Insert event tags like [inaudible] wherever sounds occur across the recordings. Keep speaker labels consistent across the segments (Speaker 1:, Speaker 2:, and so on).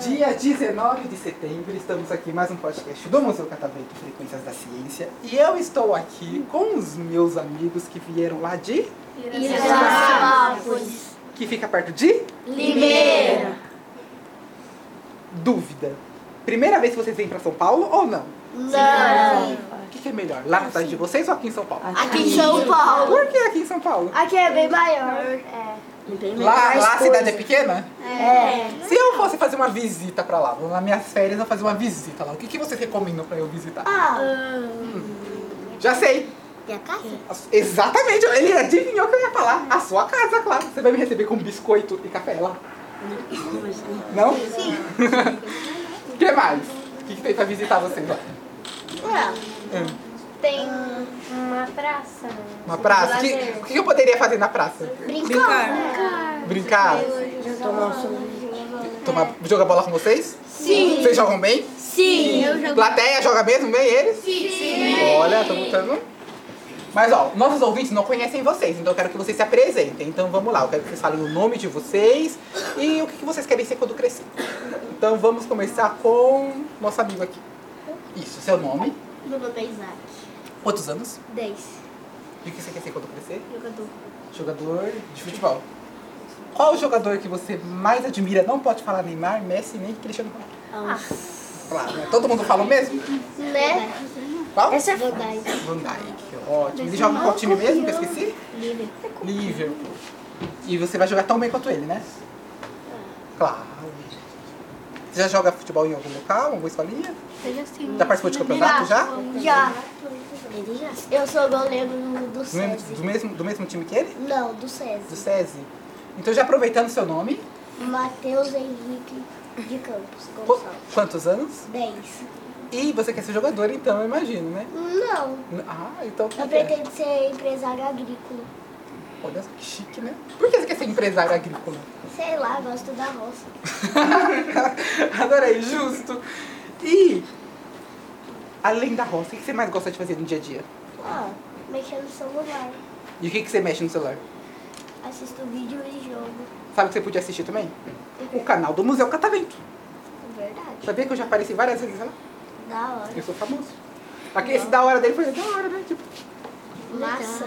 Speaker 1: Dia 19 de setembro, estamos aqui em mais um podcast do Museu Catavento Frequências da Ciência. E eu estou aqui com os meus amigos que vieram lá de.
Speaker 2: Iracemápolis,
Speaker 1: que fica perto de.
Speaker 2: Limeira,
Speaker 1: Dúvida. Primeira vez que vocês vêm pra São Paulo ou não?
Speaker 2: não,
Speaker 1: O que, que é melhor? Lá na cidade de vocês ou aqui em São Paulo?
Speaker 2: aqui em São Paulo.
Speaker 1: Por que aqui em São Paulo?
Speaker 3: Ah,
Speaker 2: Aqui é bem maior. É.
Speaker 1: Lá, lá a cidade é pequena?
Speaker 2: É.
Speaker 1: Se eu fosse fazer uma visita pra lá, nas minhas férias eu fazer uma visita lá, o que, que vocês recomendam pra eu visitar?
Speaker 2: Ah,
Speaker 1: Já sei.
Speaker 2: Minha casa?
Speaker 1: A su- Exatamente, ele adivinhou o que eu ia falar. A sua casa, claro. Você vai me receber com biscoito e café lá. Não? Sim. O que mais? O que, que tem pra visitar vocês lá? Hum,
Speaker 2: Tem uma praça.
Speaker 1: Uma praça? O que, o que eu poderia fazer na praça?
Speaker 4: Brincar.
Speaker 1: Brincar? Tomar, jogar bola com vocês? Sim. Vocês jogam bem?
Speaker 2: Sim. Eu jogo.
Speaker 1: Plateia joga mesmo bem eles? Sim. Olha, tá tô botando. Mas ó, nossos ouvintes não conhecem vocês, então eu quero que vocês se apresentem. Então vamos lá, eu quero que vocês falem o nome de vocês e o que que vocês querem ser quando crescer. Então vamos começar com nosso amigo aqui. Isso, seu nome,
Speaker 2: Meu nome é Isaac.
Speaker 1: quantos anos
Speaker 2: 10.
Speaker 1: e o que você quer ser quando crescer?
Speaker 2: Jogador.
Speaker 1: Jogador de futebol. Qual o jogador que você mais admira? Não pode falar Neymar, Messi, nem Cristiano Ronaldo. Claro, né? Todo mundo fala o mesmo?
Speaker 2: Ah, Né?
Speaker 1: Qual?
Speaker 2: é verdade.
Speaker 1: Van Dijk, ótimo. Ele joga em qual time mesmo? Que eu esqueci? Liverpool. E você vai jogar tão bem quanto ele, né? Claro. Você já joga futebol em algum local, alguma escolinha? Já participou de campeonato já?
Speaker 2: Já. Eu sou goleiro do
Speaker 1: Do mesmo,
Speaker 2: SESI.
Speaker 1: do mesmo, do mesmo time que ele?
Speaker 2: Não, do
Speaker 1: Do
Speaker 2: SESI.
Speaker 1: SESI? Então já aproveitando seu nome,
Speaker 2: Matheus Henrique de Campos
Speaker 1: qu-
Speaker 2: Gonçalves.
Speaker 1: quantos anos?
Speaker 2: 10.
Speaker 1: E você quer ser jogador então, eu imagino, né?
Speaker 2: Não.
Speaker 1: N- Ah, então o que
Speaker 2: Eu
Speaker 1: que é?
Speaker 2: pretendo ser empresário agrícola.
Speaker 1: Olha só que chique, né? Por que você quer ser empresário agrícola? [laughs]
Speaker 2: Sei lá, gosto da roça.
Speaker 1: Adorei, justo. E além da roça, o que você mais gosta de fazer no dia a dia?
Speaker 2: Ah, mexer no celular.
Speaker 1: E o que que você mexe no celular?
Speaker 2: Assisto vídeo e jogo.
Speaker 1: Sabe o que você podia assistir também? O canal do Museu Catavento.
Speaker 2: Verdade.
Speaker 1: Sabia que eu já apareci várias vezes lá?
Speaker 2: Da hora.
Speaker 1: Eu sou famoso. Aqui, esse da hora dele foi da hora, né? Tipo,
Speaker 2: Massa.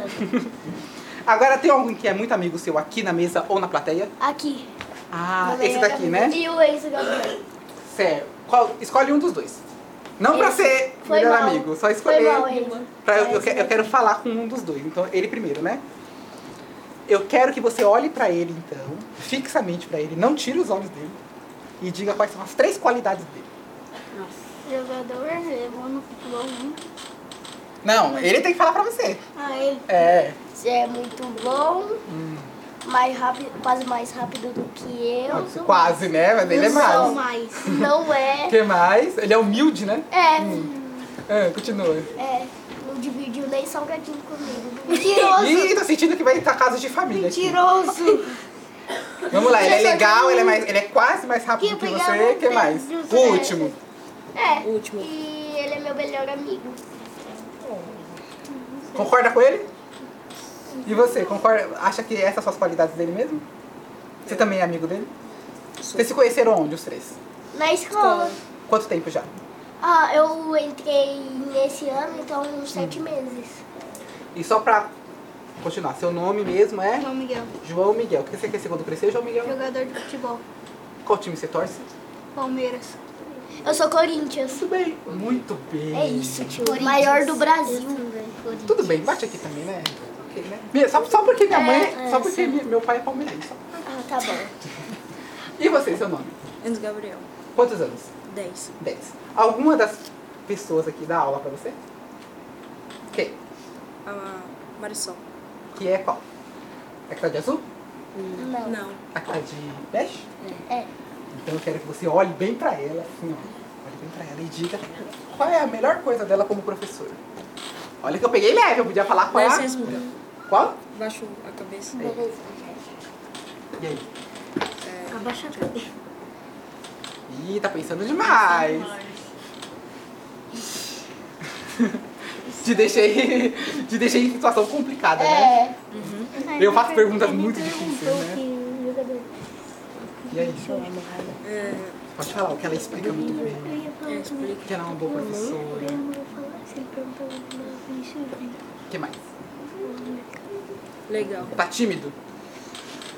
Speaker 1: Agora tem algum que é muito amigo seu aqui na mesa ou na plateia?
Speaker 2: Aqui.
Speaker 1: Ah,
Speaker 2: Também
Speaker 1: esse
Speaker 2: era
Speaker 1: daqui,
Speaker 2: muito-
Speaker 1: né?
Speaker 2: E o ex-Gabriel.
Speaker 1: Sério. Qual- escolhe um dos dois. Não pra
Speaker 2: Esse.
Speaker 1: ser
Speaker 2: Foi
Speaker 1: melhor
Speaker 2: mal.
Speaker 1: amigo, só
Speaker 2: Foi
Speaker 1: escolher.
Speaker 2: mal ele.
Speaker 1: Pra- eu, eu que- eu quero falar com um dos dois, então ele primeiro, né? Eu quero que você olhe pra ele, então, fixamente pra ele, não tire os olhos dele e diga quais são as três qualidades dele.
Speaker 2: Jogador, eu vou no futebol né? muito.
Speaker 1: Não, ele tem que falar pra você.
Speaker 2: Ah, ele
Speaker 1: É.
Speaker 2: é muito bom. Mais rápido, quase mais rápido do que eu.
Speaker 1: Quase, né? Mas ele é
Speaker 2: Não
Speaker 1: mais.
Speaker 2: sou mais. Não
Speaker 1: [laughs]
Speaker 2: é.
Speaker 1: O que mais? Ele é humilde, né?
Speaker 2: É.
Speaker 1: Ah, continua.
Speaker 2: É. Não dividiu nem salgadinho comigo. Mentiroso.
Speaker 1: Ih, tô sentindo que vai estar caso de família. aqui.
Speaker 2: Mentiroso.
Speaker 1: Vamos lá, ele é
Speaker 2: Você só
Speaker 1: legal,
Speaker 2: tem
Speaker 1: ele é, mais, ele é quase mais rápido
Speaker 2: que
Speaker 1: do que
Speaker 2: pegar
Speaker 1: você. O
Speaker 2: um
Speaker 1: que mais?
Speaker 2: pedaço
Speaker 1: O
Speaker 2: do
Speaker 1: último.
Speaker 2: É.
Speaker 4: Último.
Speaker 2: E ele é meu melhor amigo.
Speaker 1: Concorda com ele? E você, concorda? Acha que essas são as qualidades dele mesmo? Você também é amigo dele? Vocês se conheceram onde, os três?
Speaker 2: Na escola.
Speaker 1: Quanto tempo já?
Speaker 2: Ah, eu entrei nesse ano, então uns
Speaker 1: Hum.
Speaker 2: sete meses.
Speaker 1: E só pra continuar, seu nome mesmo é
Speaker 5: João Miguel,
Speaker 1: João Miguel. O que você quer ser quando crescer, João Miguel?
Speaker 5: jogador de futebol,
Speaker 1: Qual time você torce?
Speaker 5: Palmeiras.
Speaker 2: Eu sou Corinthians.
Speaker 1: Muito bem. Muito bem.
Speaker 2: É isso, tio. Maior do Brasil.
Speaker 1: Tudo bem, bate aqui também, né? Ok, né? Minha- Só, só porque minha mãe.
Speaker 2: É,
Speaker 1: só
Speaker 2: é,
Speaker 1: porque mi- meu pai é palmeirense. só.
Speaker 2: Ah, tá bom.
Speaker 1: E você, seu nome?
Speaker 4: Antes Gabriel.
Speaker 1: Quantos anos?
Speaker 4: 10.
Speaker 1: 10. Alguma das pessoas aqui dá aula pra você? Quem?
Speaker 4: A Marisol.
Speaker 1: Que é qual? É que tá de azul?
Speaker 2: Não.
Speaker 4: Não.
Speaker 1: A que tá de bege?
Speaker 2: É.
Speaker 1: Então eu quero que você olhe bem pra ela, assim, ó. Olhe bem pra ela e diga qual é a melhor coisa dela como professora. Olha que eu peguei leve, eu podia falar qual é.
Speaker 4: Mas
Speaker 1: a-
Speaker 4: vocês mudam.
Speaker 1: Qual?
Speaker 4: Baixo a cabeça.
Speaker 2: Beleza.
Speaker 1: E aí?
Speaker 2: Abaixa
Speaker 1: Ih, tá pensando demais. Te deixei, te deixei em situação complicada, né?
Speaker 2: É.
Speaker 1: Eu faço perguntas muito difíceis, né?
Speaker 2: né?
Speaker 1: E aí?
Speaker 4: É,
Speaker 1: Pode falar, o que ela explica muito bem.
Speaker 4: eu explico.
Speaker 1: Que ela é uma boa professora. O que mais?
Speaker 4: Legal.
Speaker 1: Tá tímido?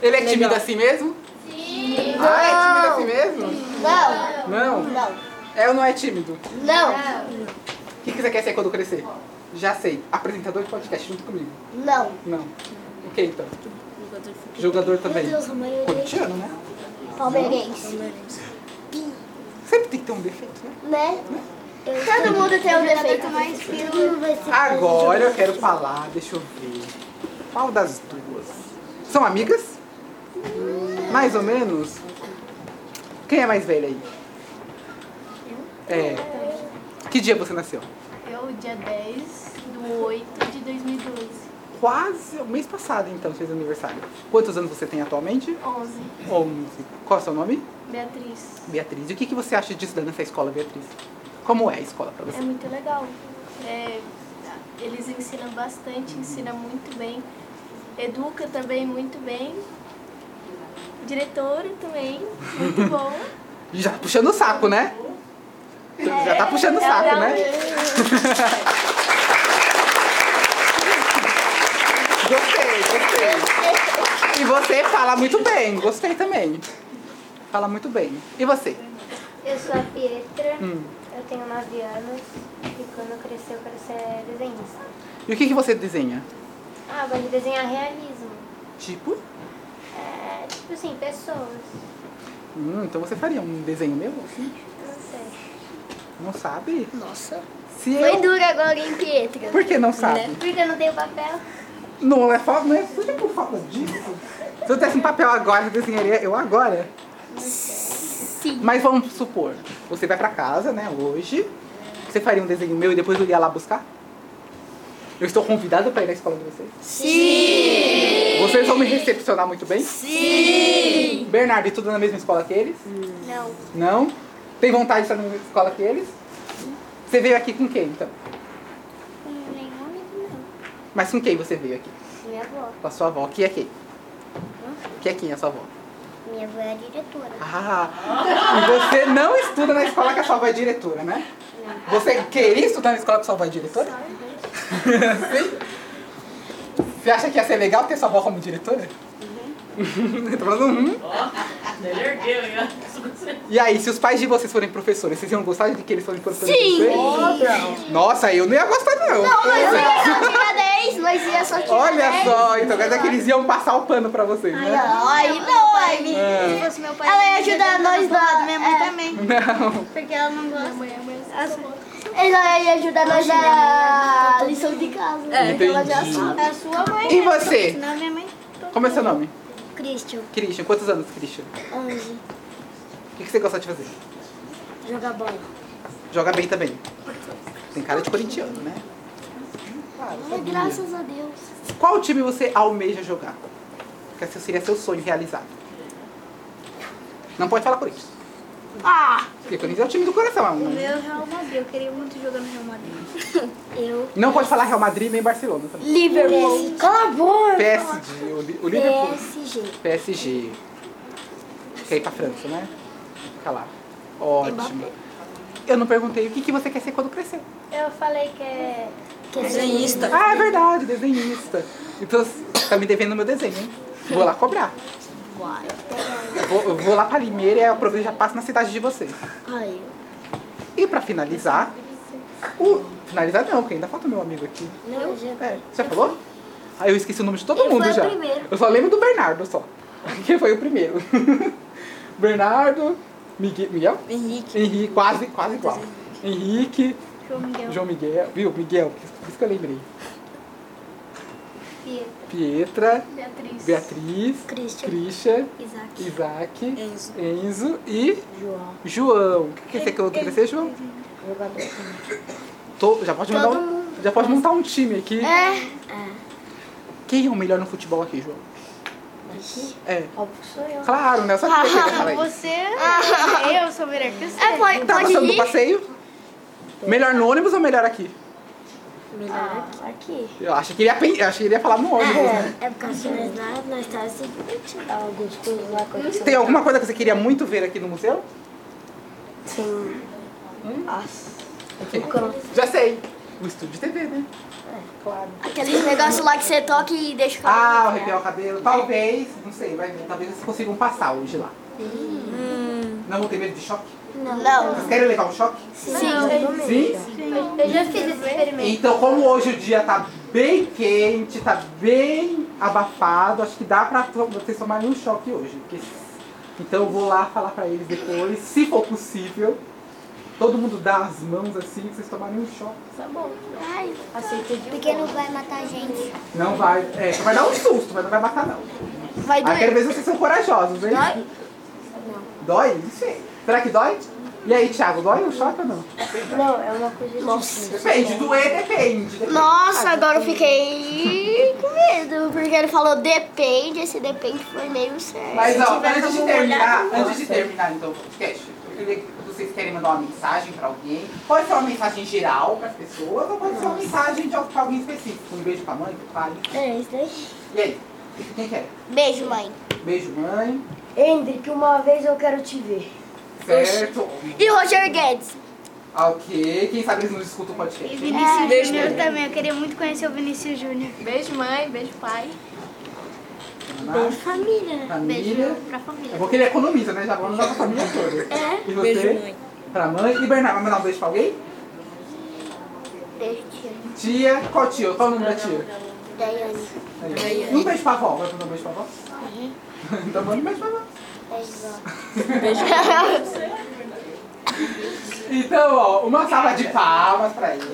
Speaker 1: Ele é
Speaker 4: Legal.
Speaker 1: tímido assim mesmo? Sim. Ah, é tímido assim mesmo?
Speaker 2: Não,
Speaker 1: Não?
Speaker 2: não,
Speaker 1: É ou não é tímido?
Speaker 2: não,
Speaker 1: O que que você quer ser quando crescer? Já sei. Apresentador de podcast junto comigo.
Speaker 2: não.
Speaker 1: Não. O que então?
Speaker 4: Jogador de futebol.
Speaker 1: Jogador também.
Speaker 2: Meu Deus, é Romário,
Speaker 1: Corintiano, né?
Speaker 2: palmeirense,
Speaker 4: Palmeirense.
Speaker 1: Sempre tem que ter um defeito, né?
Speaker 2: né? Todo mundo tem um defeito. Todo mundo vai ser
Speaker 1: Agora eu quero falar, deixa eu ver. Qual das duas? São amigas?
Speaker 2: Hum.
Speaker 1: Mais ou menos? Quem é mais velha aí? É. Que dia você nasceu?
Speaker 3: Eu, É dia 10 do 8 de 2012.
Speaker 1: Quase o mês passado, então, fez aniversário. Quantos anos você tem atualmente?
Speaker 3: 11.
Speaker 1: 11. Qual é o seu nome?
Speaker 3: Beatriz.
Speaker 1: Beatriz. E o que, que você acha disso da nessa escola, Beatriz? Como é a escola pra
Speaker 3: É
Speaker 1: você?
Speaker 3: muito legal. É, eles ensinam bastante, ensinam muito bem. Educa também muito bem. Diretora também, muito bom.
Speaker 1: Já tá puxando o saco, né? Já tá puxando o saco,
Speaker 3: é
Speaker 1: né? Gostei, gostei. E você fala muito bem, gostei também. Fala muito bem. E você?
Speaker 6: Eu sou a Pietra,
Speaker 1: Hum.
Speaker 6: eu tenho 9 anos e quando eu crescer eu quero ser desenhista.
Speaker 1: E o que, que você desenha?
Speaker 6: Ah, eu gosto de desenhar realismo.
Speaker 1: Tipo?
Speaker 6: É tipo assim, pessoas.
Speaker 1: Hum, então você faria um desenho meu? assim?
Speaker 6: Não sei.
Speaker 1: Não sabe?
Speaker 2: Nossa.
Speaker 1: Se
Speaker 2: Foi Né?
Speaker 1: eu...
Speaker 2: duro agora, hein, Pietra?
Speaker 1: Por que não sabe?
Speaker 6: Né? Porque eu não tenho papel.
Speaker 1: Não é falta, não é tudo por falta disso. Se eu tivesse um papel agora, eu desenharia eu agora. Sim. Mas vamos supor, você vai pra casa, né, hoje, você faria um desenho meu e depois eu ia lá buscar? Eu estou convidado pra ir na escola de vocês? Sim! Vocês vão me recepcionar muito bem? Sim! Bernardo, estuda na mesma escola que eles?
Speaker 2: Não.
Speaker 1: Não? Tem vontade de estar na mesma escola que eles? Você veio aqui com quem, então?
Speaker 6: Com Hum, nenhum amigo não.
Speaker 1: Mas com quem você veio aqui?
Speaker 6: Minha avó.
Speaker 1: Com a sua avó. Que é quem? Que é quem é a sua avó?
Speaker 6: Minha avó é a diretora.
Speaker 1: Ah, e você não estuda na escola que a sua avó é diretora, né? Você queria estudar na escola que a sua avó é diretora? Sim? Você acha que ia ser legal ter sua avó como diretora? Uhum. Tô falando uhum. E aí, se os pais de vocês forem professores, vocês iam gostar de que eles forem professores? Sim! Nossa, eu não ia gostar não.
Speaker 2: Mas é ia só tirar 10, mas ia só tirar
Speaker 1: Olha
Speaker 2: 10.
Speaker 1: só, então quer dizer que eles iam passar o pano pra vocês, né?
Speaker 2: Não, aí não, aí.
Speaker 5: Se fosse meu pai,
Speaker 2: Ela ia ajudar nós na...
Speaker 5: minha mãe também.
Speaker 1: Não.
Speaker 5: Porque ela não gosta.
Speaker 2: Ela ia ajudar nós na lição de casa.
Speaker 4: É.
Speaker 2: porque Ela já
Speaker 1: Entendi.
Speaker 2: sabe.
Speaker 5: A sua mãe.
Speaker 1: E você?
Speaker 5: Não, minha mãe.
Speaker 1: Como é seu nome?
Speaker 2: Christian,
Speaker 1: Christian, quantos anos, Christian?
Speaker 2: 11.
Speaker 1: O que que você gosta de fazer?
Speaker 2: Joga bola.
Speaker 1: Joga bem também. Tem cara de corintiano, né? Claro, sabia.
Speaker 2: Graças a Deus.
Speaker 1: Qual time você almeja jogar? Que esse seria seu sonho realizado. Não pode falar Corinthians. Ah! Porque Corinthians é o time do coração. é um-
Speaker 5: Meu Real Madrid. Eu queria muito jogar no Real Madrid.
Speaker 6: Eu.
Speaker 1: Não pode falar Real Madrid nem Barcelona também.
Speaker 2: Liverpool. Cala a boca.
Speaker 1: PSG, o Li- o Liverpool.
Speaker 6: PSG.
Speaker 1: PSG. Quer ir pra França, né? Fica lá. Ótimo. Eu não perguntei o que, que você quer ser quando crescer.
Speaker 6: Eu falei que é.
Speaker 4: Desenhista.
Speaker 1: Ah, é verdade, desenhista. Então, tá me devendo meu desenho, hein? Vou lá cobrar. Eu Vou, eu vou lá pra Limeira e eu aproveito e já passo na cidade de vocês.
Speaker 2: Ai,
Speaker 1: E pra finalizar... o- finalizar não, que ainda falta o meu amigo aqui.
Speaker 2: não, já...
Speaker 1: É, você falou? Aí eu esqueci o nome de todo
Speaker 2: Ele
Speaker 1: mundo
Speaker 2: foi o
Speaker 1: já.
Speaker 2: primeiro.
Speaker 1: Eu só lembro do Bernardo só. [laughs] Que foi o primeiro. [laughs] Bernardo, Miguel, Miguel?
Speaker 4: Henrique.
Speaker 1: Henrique, quase, quase igual. Henrique,
Speaker 5: João Miguel.
Speaker 1: João Miguel, viu? Miguel, por isso que eu lembrei.
Speaker 6: Pietra.
Speaker 1: Pietra,
Speaker 3: Beatriz.
Speaker 1: Beatriz,
Speaker 2: Christian.
Speaker 1: Christian,
Speaker 6: Isaac.
Speaker 1: Isaac,
Speaker 4: Enzo.
Speaker 1: Enzo e
Speaker 6: João.
Speaker 1: João. O que que você quer que você, João?
Speaker 6: é Jogador.
Speaker 1: To- já, pode montar um, já pode montar um time aqui.
Speaker 2: É.
Speaker 1: Quem é o melhor no futebol aqui, João?
Speaker 6: Aqui?
Speaker 1: É.
Speaker 6: Óbvio que sou eu.
Speaker 1: Claro, né?
Speaker 6: [laughs]
Speaker 1: Só que você quer falar isso.
Speaker 2: [laughs]
Speaker 5: Você. Eu sou melhor que você.
Speaker 2: É, pode,
Speaker 1: Tá
Speaker 2: pode
Speaker 1: gostando do
Speaker 2: ir.
Speaker 1: passeio? Melhor no ônibus ou melhor aqui?
Speaker 2: Ah, aqui.
Speaker 1: Eu acho que ele ia, pen- eu acho que ele ia falar no ônibus. né?
Speaker 6: É porque assim, nós lá, nós
Speaker 2: tá
Speaker 6: tava assim, eu te dar alguns pulos lá quando você...
Speaker 1: Tem alguma coisa que você queria muito ver aqui no museu?
Speaker 6: Sim.
Speaker 2: Hum?
Speaker 1: Ok. Já sei. O estúdio de TV, né?
Speaker 2: Aqueles negócios lá que você toca e deixa o
Speaker 1: Ah, o
Speaker 2: cabelo.
Speaker 1: arrepiar o cabelo. Talvez, não sei, vai ver. Talvez vocês consigam passar hoje lá. Não vão ter medo de choque?
Speaker 2: Não.
Speaker 1: Vocês querem levar um choque?
Speaker 2: Sim.
Speaker 1: Sim?
Speaker 6: Eu já fiz esse experimento.
Speaker 1: Então, como hoje o dia tá bem quente, tá bem abafado, acho que dá pra to- vocês tomarem um choque hoje. porque- Então, eu vou lá falar pra eles depois, se for possível. Todo mundo dá as mãos assim, pra vocês tomarem um choque.
Speaker 6: Porque não vai matar a gente.
Speaker 1: Não vai, é, só vai dar um susto, mas não vai matar não.
Speaker 2: Vai
Speaker 1: Ah, quero ver
Speaker 2: doer.
Speaker 1: se vocês são corajosos, hein?
Speaker 2: Dói?
Speaker 1: Dói? Não sei. Será que dói? E aí, Thiago, dói o choque ou não?
Speaker 6: Não, é uma coisa Nossa.
Speaker 1: Depende, doer depende. Ah, depende.
Speaker 2: Nossa, agora eu fiquei com medo. Porque ele falou depende. Esse depende foi meio sério.
Speaker 1: Mas ó, antes de terminar, antes de terminar então o podcast, eu queria que vocês querem mandar uma mensagem pra alguém. Pode ser uma mensagem geral pras pessoas ou pode ser uma mensagem de al- pra alguém específico. Um beijo pra mãe, pro pai.
Speaker 6: É, isso daí.
Speaker 1: E aí? Quem quer?
Speaker 2: Beijo, mãe.
Speaker 1: Beijo, mãe.
Speaker 6: Hendrik, uma vez eu quero te ver.
Speaker 1: Certo. Ah,
Speaker 2: E o Roger Guedes.
Speaker 1: Ok. Quem sabe eles não escutam o podcast. né?
Speaker 5: Vinícius Júnior É, também. Eu queria muito conhecer o Vinícius Júnior.
Speaker 3: Beijo, mãe. Beijo, pai.
Speaker 1: Beijo, família. né? Família.
Speaker 5: Pra família.
Speaker 1: É bom que ele economiza, né? Já vamos dar pra família toda. É. E você?
Speaker 4: Beijo, mãe.
Speaker 1: Pra mãe. E Bernardo, vai mandar um beijo pra alguém?
Speaker 2: Beijo, tia.
Speaker 1: Tia. Qual tia? Qual o nome da tia?
Speaker 2: Daiane.
Speaker 1: Aí. Um beijo pra avó. Vai mandar um beijo pra avó? [laughs] então manda um beijo pra avó.
Speaker 2: [laughs]
Speaker 1: Então, ó, uma salva de palmas pra ele.